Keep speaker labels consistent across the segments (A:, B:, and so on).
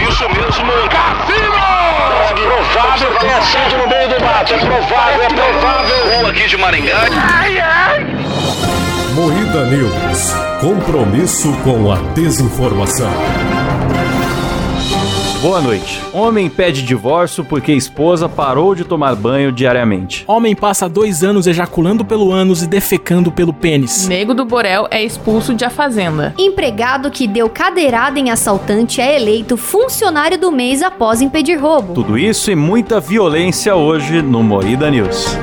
A: Cassino! Cassino! É provável que tenha sido no meio do mato. É provável, é provável. Rua aqui de Maringá. Ai, ai.
B: Moída News. Compromisso com a desinformação.
C: Boa noite. Homem pede divórcio porque esposa parou de tomar banho diariamente.
D: Homem passa dois anos ejaculando pelo ânus e defecando pelo pênis.
E: Nego do Borel é expulso de A Fazenda.
F: Empregado que deu cadeirada em assaltante é eleito funcionário do mês após impedir roubo.
C: Tudo isso e muita violência hoje no Moída News.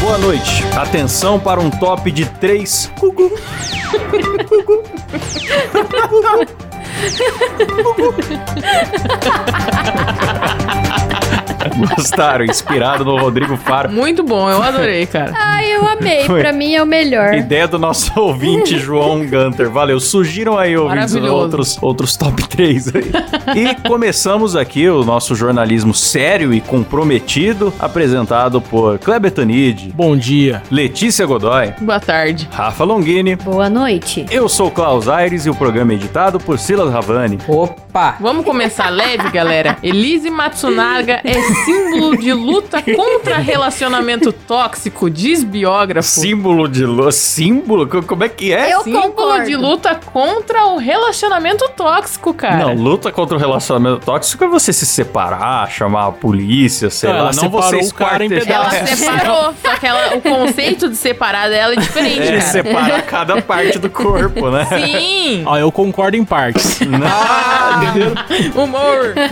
C: Boa noite. Atenção para um top de três. Gugu. Gugu. Gostaram, inspirado no Rodrigo Faro.
E: Muito bom, eu adorei, cara.
F: Ai, eu amei.
C: Foi.
F: Pra mim é o melhor.
C: Ideia do nosso ouvinte, João Gunter. Valeu. Surgiram aí ouvintes
E: Maravilhoso.
C: outros, outros top 3 aí. e começamos aqui o nosso jornalismo sério e comprometido, apresentado por Kleber Tanid,
D: Bom dia.
C: Letícia Godoy,
E: Boa tarde.
C: Rafa Longini.
F: Boa noite.
C: Eu sou o Klaus Aires e o programa é editado por Silas Ravani. Ah.
G: Opa!
E: Vamos começar leve, galera? Elise Matsunaga é símbolo de luta contra relacionamento tóxico, diz biógrafo.
C: Símbolo de luz. Símbolo? Co- Como é que é?
F: Eu
E: Símbolo
F: concordo.
E: de luta contra o relacionamento tóxico, cara.
C: Não, luta contra o relacionamento tóxico é você se separar, chamar a polícia, sei
D: Não,
C: lá,
D: ela
C: não
D: separou
C: você
D: o cara em
C: esquartejar.
E: Ela
D: É.
E: separou, só que ela- o conceito de separar dela é diferente,
C: É,
E: cara.
C: separa cada parte do corpo, né?
E: Sim,
D: Ó, eu concordo em partes.
E: humor.
C: Né?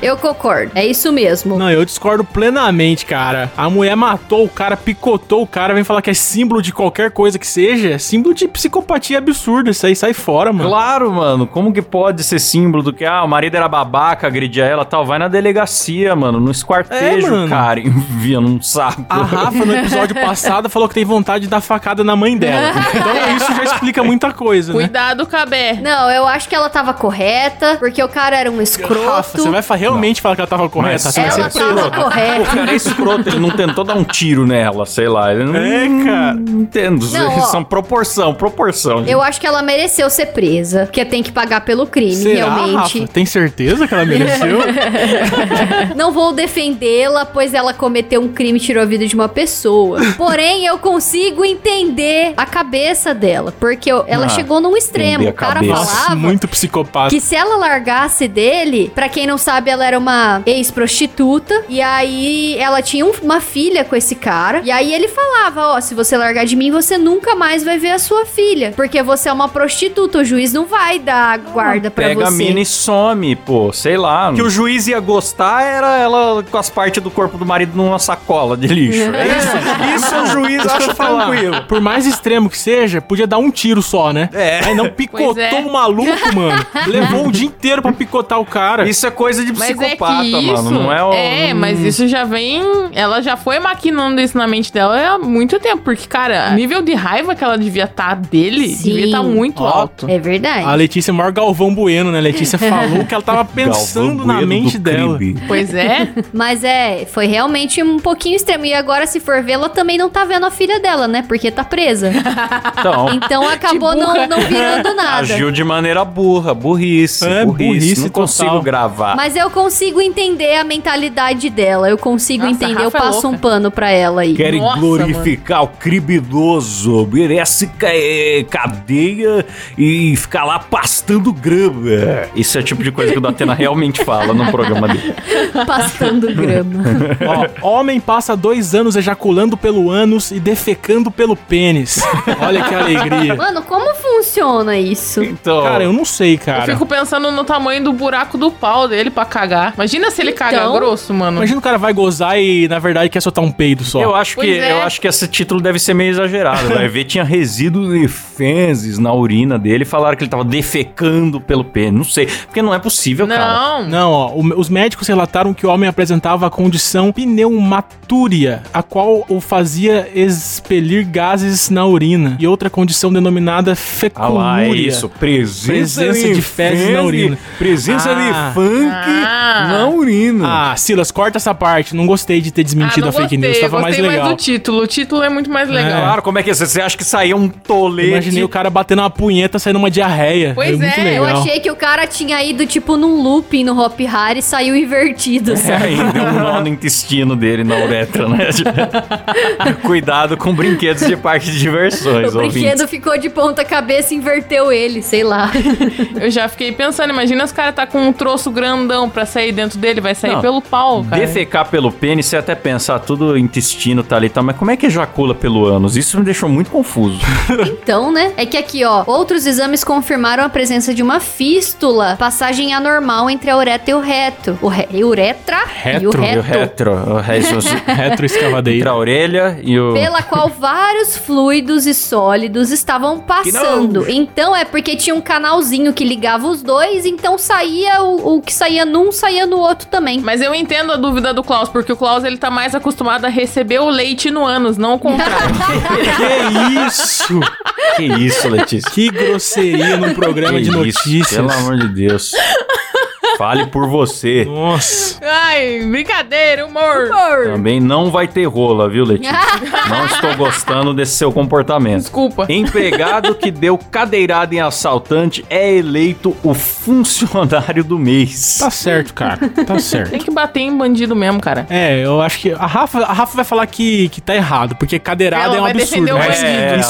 F: Eu concordo. É isso mesmo.
D: Não, eu discordo plenamente, cara. A mulher matou o cara, picotou o cara, vem falar que é símbolo de qualquer coisa que seja. É símbolo de psicopatia absurda. Isso aí sai fora, mano.
C: Claro, mano. Como que pode ser símbolo do que, ah, o marido era babaca, agredia ela e tal? Vai na delegacia, mano, no esquartejo,
D: É, mano.
C: cara, enviando um saco.
D: A Rafa, no episódio passado, falou que tem vontade de dar facada na mãe dela. Então isso já explica muita coisa, né?
E: Cuidado, Cabé.
F: Não, eu acho que ela tava correta, porque o cara era um escroto.
D: Rafa, você vai fa- realmente falar que ela tava correta?
C: Mas
D: Você vai
C: ela
D: ser
F: ela tá
C: escroto.
F: tava
C: O
F: correta.
C: cara é escroto, ele não tentou dar um tiro nela, sei lá. Ele não,
D: É, cara.
C: Não entendo.
F: Não, ó.
C: São proporção, proporção. gente.
F: Eu acho que ela mereceu ser presa, porque tem que pagar pelo crime,
D: Será,
F: realmente.
D: Rafa? Tem certeza que ela mereceu?
F: Não vou defendê-la, pois ela cometeu um crime e tirou a vida de uma pessoa. Porém, eu consigo entender a cabeça dela, porque eu- ela
C: Ah,
F: chegou num extremo.
C: entender a
F: O cara
C: cabeça.
D: Nossa,
F: falava
D: muito psicopata.
F: que se ela largasse dele, pra quem não sabe, ela era uma ex-prostituta, e aí ela tinha um- uma filha com esse cara, e aí ele falava, ó, se você largar de mim, você nunca mais vai ver a sua filha, porque você é uma prostituta, o juiz não vai dar guarda pra
C: Pega
F: você.
C: a mina e some, pô, sei lá. O que o juiz ia gostar era ela com as partes do corpo do marido numa sacola de lixo. É isso, isso o juiz
D: Deixa
C: acha
D: eu falar.
C: tranquilo.
D: Por mais extremo que seja, podia dar um tiro só, né?
C: É.
D: Aí não picotou
E: Pois é.
D: o maluco, mano. Levou um dia inteiro pra picotar o cara.
C: Isso é coisa de
E: Mas é
C: psicopata,
E: que isso...
C: mano. Não é o.
E: É, mas isso já vem... Ela já foi maquinando isso na mente dela há muito tempo. Porque, cara, o nível de raiva que ela devia estar dele
F: Sim.
E: devia estar muito
D: Ó.
E: alto.
F: É verdade.
D: A Letícia é o maior Galvão Bueno, né? A Letícia falou que ela tava pensando
C: Galvão
D: na
C: Bueno
D: mente
C: do
D: dela.
C: crime.
E: Pois é.
F: Mas é, foi realmente um pouquinho extremo. E agora, se for ver, ela também não tá vendo a filha dela, né? Porque tá presa.
C: Então,
F: Então acabou não, não virando nada.
C: agiu de maneira burra, burrice,
D: É,
C: burrice.
D: burrice
C: Não
D: total.
C: consigo gravar.
F: Mas eu consigo entender a mentalidade dela. Eu consigo
E: Nossa,
F: entender. Eu
E: Rafa é
F: passo um
E: louca.
F: pano pra ela aí.
C: Querem
E: Nossa,
C: glorificar o criminoso, merece ca- eh, cadeia e ficar lá pastando grama. Isso é o tipo de coisa que o Datena realmente fala no programa dele.
F: Pastando grama.
D: Ó, homem passa dois anos ejaculando pelo ânus e defecando pelo pênis. Olha que alegria.
F: Mano, como funciona isso?
C: Então,
D: Cara, eu não sei,
E: Eu
D: cara.
E: fico pensando no tamanho do buraco do pau dele pra cagar. Imagina se ele caga
F: Então-
E: grosso, mano.
D: Imagina o cara vai gozar e, na verdade, quer soltar um peido só.
C: eu acho, que,
E: Pois é.
C: eu acho que esse título deve ser meio exagerado. né? Vai ver, tinha resíduos de fezes na urina dele. Falaram que ele tava defecando pelo pênis. Não sei, porque não é possível, cara.
E: Não.
D: Não, ó, o- os médicos relataram que o homem apresentava a condição pneumatúria, a qual o fazia expelir gases na urina, e outra condição denominada
C: Ah lá, é
D: fecunúria.
C: isso. Presença,
D: Presença de fezes na urina.
C: Presença
D: Ah.
C: de funk
E: urina.
C: Na urina.
D: Ah, Silas, corta essa parte. Não gostei de ter desmentido
E: Ah, não
D: a fake
E: gostei,
D: news. Tava
E: eu
D: mais
E: gostei
D: legal.
E: mais do título. O título é muito mais legal.
C: Claro, como é que é? Você acha que saiu um tolete?
D: Imaginei o cara batendo uma punheta saindo uma diarreia.
E: Pois
D: muito
E: é, eu
F: Eu
D: legal.
F: achei que o cara tinha ido, tipo, num looping no Hop Hari e saiu invertido,
C: É,
F: sabe?
C: aí deu um nó no intestino dele, na uretra, né? Cuidado com brinquedos de parque de
F: O
C: diversões, ouvintes.
F: brinquedo ficou de ponta cabeça e inverteu ele, sei lá.
E: Eu já fiquei pensando, imagina os caras tá com um troço grandão pra sair dentro dele, vai sair
C: Não.
E: pelo pau, cara.
C: Defecar pelo pênis, você até pensa, ah, tudo intestino tá ali e tal, mas como é que ejacula pelo ânus? Isso me deixou muito confuso.
F: Então, né? É que aqui, ó, outros exames confirmaram a presença de uma fístula, passagem anormal entre a ureta e o reto. O re... uretra e
C: E
F: o
D: Retro,
C: o
F: reto.
C: retro, o resto, entre
D: Retroescavadeira.
C: a orelha e o...
F: Pela qual vários fluidos e sólidos estavam passando. Então é porque tinha um canalzinho que ligava os dois, então saía o, o que saía num, saía no outro também.
E: Mas eu entendo a dúvida do Klaus, porque o Klaus ele tá mais acostumado a receber o leite no ânus, não o contrário.
D: Que isso?
C: Que isso, Letícia?
D: Que grosseria num programa
C: Que
D: de
C: isso,
D: notícias.
C: Pelo amor de Deus. Fale por você.
D: Nossa.
E: Ai, brincadeira, humor.
C: Também não vai ter rola, viu, Letícia? Não estou gostando desse seu comportamento.
E: Desculpa.
C: Empregado que deu cadeirada em assaltante é eleito o funcionário do mês.
D: Tá certo, cara. Tá certo.
E: Tem que bater em bandido mesmo, cara.
D: É, eu acho que a Rafa, a Rafa vai falar que, que tá errado, porque cadeirada
E: Ela
D: é um
E: vai defender
F: Então,
C: Né?
D: absurdo.
E: o
F: assim,
D: Mas
C: É,
E: bandido.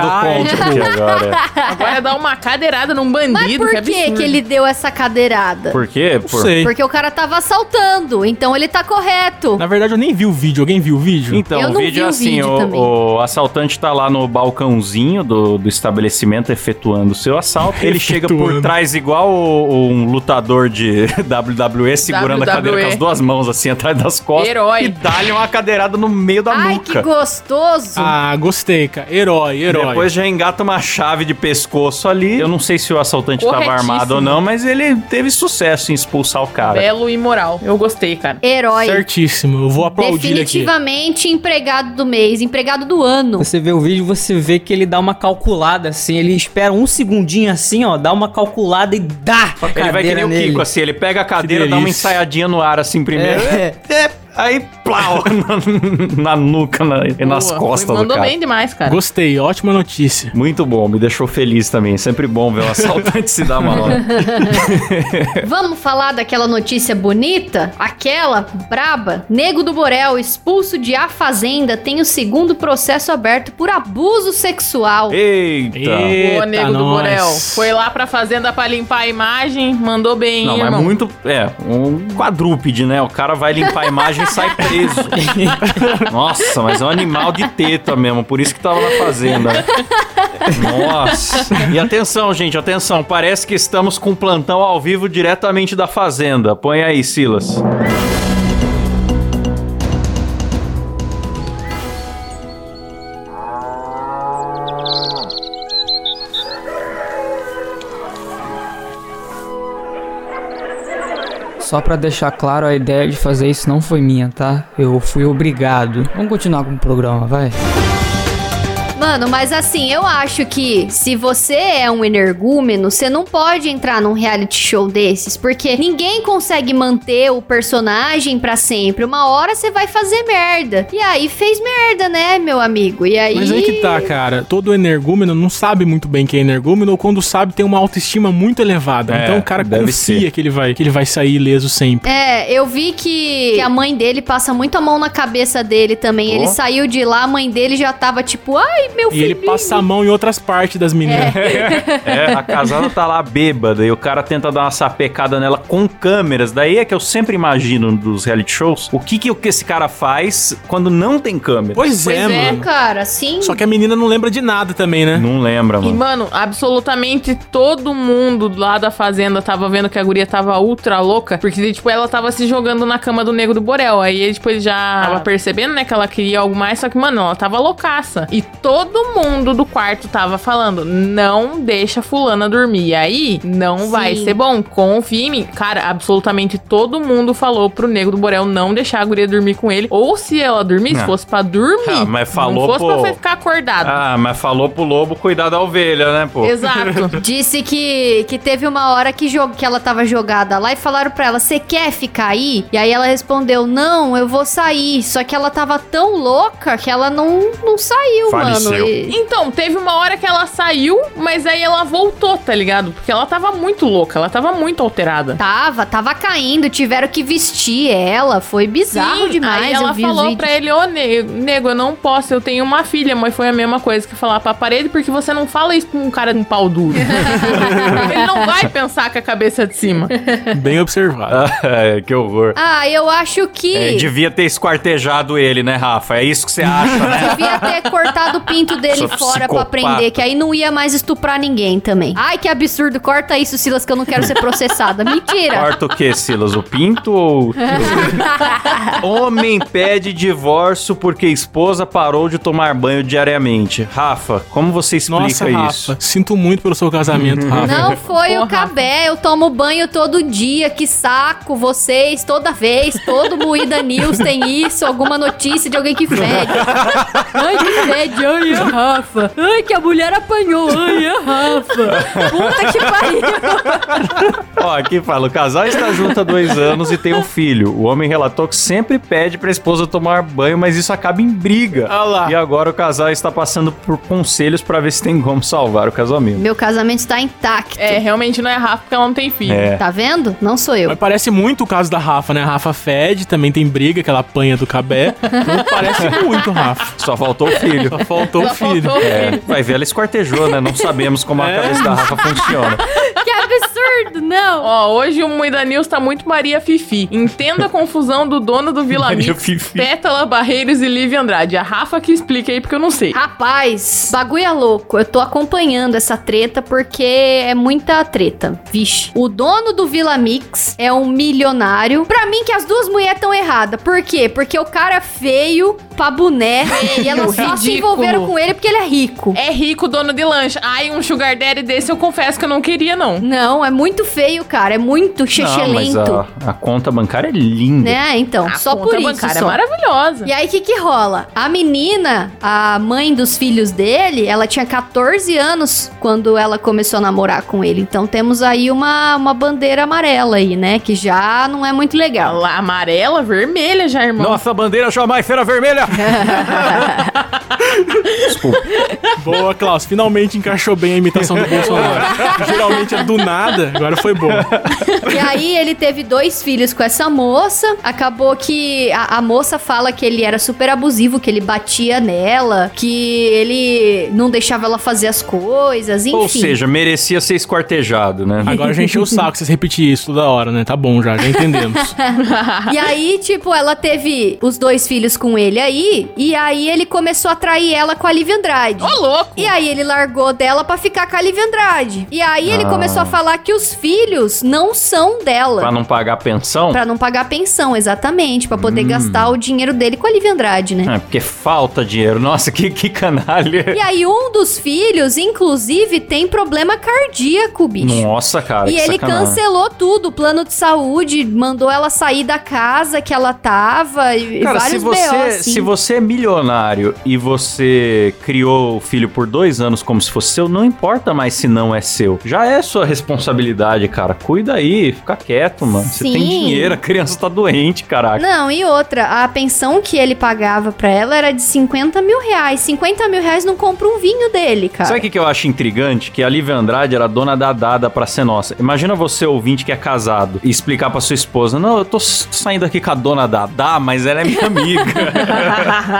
D: esquartejar
F: né?
D: é-
C: aqui agora.
E: Agora dá uma cadeirada num bandido,
F: Mas por
E: que é
F: que,
E: absurdo.
F: que ele deu essa cadeirada?
C: Por quê? Por...
D: Não sei.
F: Porque o cara tava assaltando, então ele tá correto.
D: Na verdade, eu nem vi o vídeo. Alguém viu o vídeo?
F: Eu
C: Então, o
F: não
C: vídeo
F: vi
C: é
F: o
C: assim:
F: vídeo também.
C: o, o assaltante tá lá no balcãozinho do, do estabelecimento efetuando o seu assalto. Ele chega por
D: Efetuando.
C: trás, igual o- o- um lutador de WWE, segurando a cadeira com
E: WWE.
C: as duas mãos, assim, atrás das costas.
E: Herói.
C: E dá-lhe uma cadeirada no meio da
F: Ai, que
C: nuca.
F: gostoso.
D: Ah, gostei, cara. Herói, herói.
C: Depois já engata uma chave de pescoço ali. Eu não sei se o assaltante tava
E: Corretíssimo.
C: armado ou não, mas ele teve sucesso em expulsar o cara.
E: Belo e moral. Eu gostei, cara.
F: Herói.
D: Certíssimo. Eu vou aplaudir ele aqui.
F: Definitivamente empregado do mês, empregado do ano.
G: Você vê o vídeo, você vê que ele dá uma calculada, assim. Ele espera um segundinho assim, ó, dá uma calculada e dá! a
C: Ele vai que
G: cadeira
C: nem o
G: nele.
C: Kiko, assim, ele pega a cadeira,
D: Que
C: dá uma
D: delícia.
C: ensaiadinha no ar, assim, primeiro.
G: É.
C: É, aí, plau, na, na nuca na- e nas
E: Boa.
C: costas do
E: Mandou
C: cara.
E: bem demais, cara.
D: Gostei, ótima notícia.
C: Muito bom, me deixou feliz também. Sempre bom ver um assaltante se dar mal.
F: Vamos falar daquela notícia bonita? Aquela braba? Nego do Borel, expulso de A Fazenda, tem o segundo processo aberto por abuso sexual.
C: Eita!
E: Boa, nego do
D: nós.
E: Borel. Foi lá pra fazenda pra limpar a imagem, mandou bem,
C: Não,
E: hein,
C: mas
E: irmão.
C: muito. É, um quadrúpede, né? O cara vai limpar a imagem e sai preso. Nossa, mas é um animal de teta mesmo, por isso que tava na fazenda. Nossa. E atenção, gente, atenção. Parece que estamos com um plantão ao vivo diretamente da fazenda. Põe aí, Silas.
G: Só pra deixar claro, a ideia de fazer isso não foi minha, tá? Eu fui obrigado. Vamos continuar com o programa, vai.
F: Mano, mas assim, eu acho que se você é um energúmeno, você não pode entrar num reality show desses, porque ninguém consegue manter o personagem pra sempre. Uma hora você vai fazer merda. E aí fez merda, né, meu amigo? E aí.
D: Mas aí que tá, cara. Todo energúmeno não sabe muito bem quem é energúmeno, ou quando sabe tem uma autoestima muito elevada.
C: É,
D: então o cara
C: deve
D: confia
C: ser.
D: que ele vai, que ele vai sair ileso sempre.
F: É, eu vi que, que a mãe dele passa muito a mão na cabeça dele também.
C: Ó.
F: Ele saiu de lá, a mãe dele já tava tipo, ai, meu
D: E ele
F: filho.
D: passa a mão em outras partes das meninas.
C: É, a casada tá lá bêbada e o cara tenta dar uma sapecada nela com câmeras. Daí é que eu sempre imagino dos reality shows o que, que o que esse cara faz quando não tem câmera.
D: Pois, é,
E: Pois é.
D: mano.
F: cara, assim.
D: Só que a menina não lembra de nada também, né?
C: Não lembra,
E: E,
C: mano.
E: mano, absolutamente todo mundo lá da fazenda tava vendo que a guria tava ultra louca, porque, tipo, ela tava se jogando na cama do Nego do Borel. Aí, ele, tipo, ele já tava percebendo, né, que ela queria algo mais, só que, mano, ela tava loucaça. E todo mundo do quarto tava falando: não deixa fulana dormir. E aí, não
F: Sim.
E: vai ser bom. Confia em mim. Cara, absolutamente todo mundo falou pro nego do Borel não deixar a guria dormir com ele. Ou se ela dormir, se
C: Ah.
E: fosse pra dormir.
C: Ah, mas falou,
E: Não fosse
C: pô.
E: pra ficar acordado.
C: Ah, mas falou pro lobo cuidar da ovelha, né, pô?
E: Exato.
F: Disse que, que teve uma hora que, jo- que ela tava jogada lá e falaram pra ela: Você quer ficar aí? E aí ela respondeu: Não, eu vou sair. Só que ela tava tão louca que ela não, não saiu, mano.
C: Faleceu.
F: E-
E: Então, teve uma hora que ela saiu, mas aí ela voltou, tá ligado? Porque ela tava muito louca, ela tava muito alterada.
F: Tava, tava caindo, tiveram que vestir ela. Foi bizarro
E: Sim,
F: demais.
E: Aí ela
F: eu vi os
E: falou
F: vídeos.
E: pra ele, ô nego, nego, eu não posso, eu tenho uma filha, mas foi a mesma coisa que falar pra parede, porque você não fala isso pra um cara com pau duro. ele não vai pensar com a cabeça de cima.
D: Bem observado.
C: Ah, que horror.
F: Ah, eu acho que.
C: É, devia ter esquartejado ele, né, Rafa? É isso que você acha, né?
F: Devia ter cortado o pinto dele
C: Sou
F: fora pra
C: psicopata.
F: aprender, que aí não ia mais estuprar ninguém também. Ai, que absurdo. Corta isso, Silas, que eu não quero ser processada. Mentira.
C: Corta o que, Silas? O pinto ou. Homem pede divórcio porque esposa parou de tomar banho diariamente. Rafa, como você explica
D: Nossa,
C: isso? Uhum.
D: Rafa, sinto muito pelo seu casamento, Rafa.
F: Não foi o
E: Porra.
F: Cabé, eu tomo banho todo dia, que saco, vocês, toda vez, todo Moída News tem isso, alguma notícia de alguém que fede. Ai, que fede, ai, a Rafa. Ai, que a mulher apanhou, ai, a Rafa. Puta que pariu.
C: Ó, aqui fala, o casal está junto há dois anos e tem um filho. O homem relatou que sempre pede pra esposa tomar banho, mas isso acaba em briga.
D: Ah lá.
C: E agora o casal está passando por conselhos pra ver se tem como salvar o casamento.
F: Meu casamento está intacto.
E: É, realmente não é Rafa porque ela não tem filho.
C: É.
F: Tá vendo? Não sou eu.
D: Mas parece muito o caso da Rafa, né? A Rafa fede, também tem briga, que ela apanha do cabé. Não parece muito, Rafa.
C: Só faltou o filho.
D: Só faltou o
E: Só
D: filho.
E: faltou o
C: É,
E: filho.
C: vai ver, ela esquartejou, né? Não sabemos como a
D: É.
C: cabeça da Rafa funciona.
F: Que absurdo, não.
E: Ó, hoje o Muida News tá muito Maria Fifi. Entenda a confusão do dono do Vila
C: Maria
E: Mix,
C: Fifi.
E: Pétala Barreiros e Lívia Andrade. A Rafa que explica aí porque eu não sei.
F: Rapaz, bagulho é louco. Eu tô acompanhando essa treta porque é muita treta. Vixe. O dono do Vila Mix é um milionário. Pra mim, que as duas mulheres estão erradas. Por quê? Porque o cara é feio pra boné e elas só se
E: ridículo.
F: envolveram com ele porque ele é rico.
E: É rico, dono de lanche. Ai, um sugar daddy desse eu confesso que eu não queria, não.
F: Não, é muito feio, cara. É muito
C: Não, mas
F: chechelento.
C: a, a conta bancária é linda.
F: Né? Então,
E: A
F: só
E: conta
F: por isso.
E: bancária
F: só.
E: é maravilhosa.
F: E aí, o que que rola? A menina, a mãe dos filhos dele, ela tinha 14 anos quando ela começou a namorar com ele. Então, temos aí uma, uma bandeira amarela aí, né? Que já não é muito legal.
E: Ela- amarela, vermelha já, irmão.
C: Nossa bandeira jamais será vermelha! Desculpa.
D: Boa, Klaus. Finalmente encaixou bem a imitação do Bolsonaro. Geralmente é do nada, agora foi bom.
F: E aí, ele teve dois filhos com essa moça. Acabou que a, a moça fala que ele era super abusivo, que ele batia nela, que ele não deixava ela fazer as coisas, enfim.
C: Ou seja, merecia ser esquartejado, né?
D: Agora já encheu o saco vocês repetirem isso toda hora, né? Tá bom já, já entendemos.
F: E aí, tipo, ela teve os dois filhos com ele aí, e aí ele começou a trair ela com a Lívia Andrade.
E: Ô, louco!
F: E aí ele largou dela pra ficar com a Lívia Andrade. E aí ele
C: Ah.
F: começou a falar que os filhos não são dela.
C: Pra
F: Pra não,
C: não Hum. pagar pensão?
F: pagar a pensão, exatamente, Pra poder gastar o dinheiro dele com a Lívia Andrade, né?
C: É, porque falta dinheiro. Nossa, que, que canalha.
F: E aí um dos filhos, inclusive, tem problema cardíaco, bicho.
C: Nossa, cara,
F: E
C: que
F: ele
C: sacanagem.
F: cancelou tudo, o plano de saúde, mandou ela sair da casa que ela tava, e
C: Cara, se
F: vários
C: você,
F: B.O. assim.
C: se você é milionário e você criou o filho por dois anos como se fosse seu, não importa mais se não é seu. Já é sua responsabilidade, cara. Cuida aí, fica quieto, mano. Você tem
F: Sim.
C: dinheiro, a criança tá doente, caraca.
F: Não, e outra, a pensão que ele pagava pra ela era de 50 mil reais. 50 mil reais não compra um vinho dele, cara.
C: Sabe o que, que eu acho intrigante? Que a Lívia Andrade era dona da dada pra ser nossa. Imagina você, ouvinte, que é casado, e explicar pra sua esposa: Não, eu tô s- saindo aqui com a dona Dadá, mas ela é minha amiga.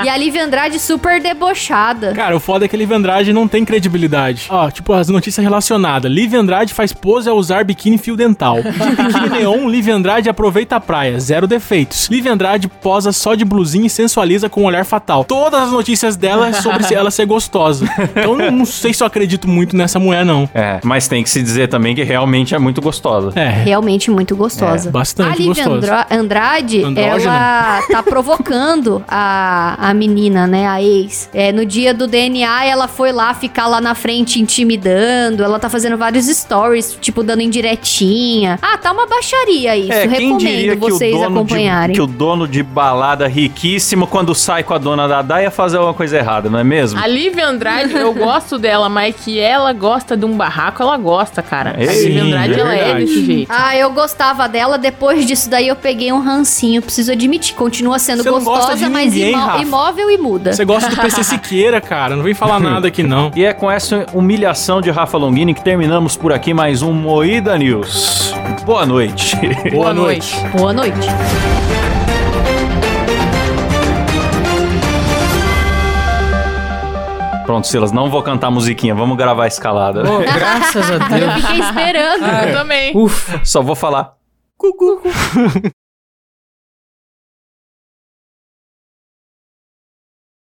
F: E a Lívia Andrade super debochada.
D: Cara, o foda é que a Liv Andrade não tem credibilidade. Ó, tipo, as notícias relacionadas. Liv Andrade faz pose ao usar biquíni fio dental. De biquíni neon, Liv Andrade aproveita a praia. Zero defeitos. Liv Andrade posa só de blusinha e sensualiza com um olhar fatal. Todas as notícias dela é sobre se- ela ser gostosa. Então, eu não sei se eu acredito muito nessa mulher, não.
C: é, mas tem que se dizer também que realmente é muito gostosa.
D: É,
F: Realmente muito gostosa.
D: É, bastante
F: A Lívia
D: gostosa.
F: Andra- Andrade,
D: Andrógena.
F: ela tá provocando a, a menina, né? A ex. fez. É, no dia do DNA, ela foi lá ficar lá na frente intimidando. Ela tá fazendo vários stories, tipo, dando indiretinha. Ah, tá uma baixaria isso.
C: É, quem diria
F: Recomendo
C: que
F: vocês
C: o, dono de,
F: acompanharem.
C: que o dono de balada riquíssimo, quando sai com a dona Dadá, ia fazer alguma coisa errada, não é mesmo?
F: Ah.
E: A Liv Andrade, eu gosto dela, mas que ela gosta de um barraco, ela gosta, cara. a
C: Sim,
E: Liv Andrade, ela é
D: verdade.
E: desse jeito.
F: Ah, eu gostava dela. Depois disso daí eu peguei um rancinho, preciso admitir. Continua sendo
D: Você não gosta
F: gostosa,
D: de
F: mas
D: ninguém,
F: imó-
D: Rafa.
F: imóvel e muda.
D: Você gosta do PC Siqueira, cara. Não vem falar nada aqui, não.
C: E é com essa humilhação de Rafa Longini que terminamos por aqui mais um Moída News. Boa noite.
D: Boa noite.
F: Boa noite.
C: Pronto, Silas, não vou cantar musiquinha, vamos gravar a escalada.
G: Pô, graças a Deus.
F: Fiquei esperando.
E: Eu também.
G: Ufa.
C: Só vou falar.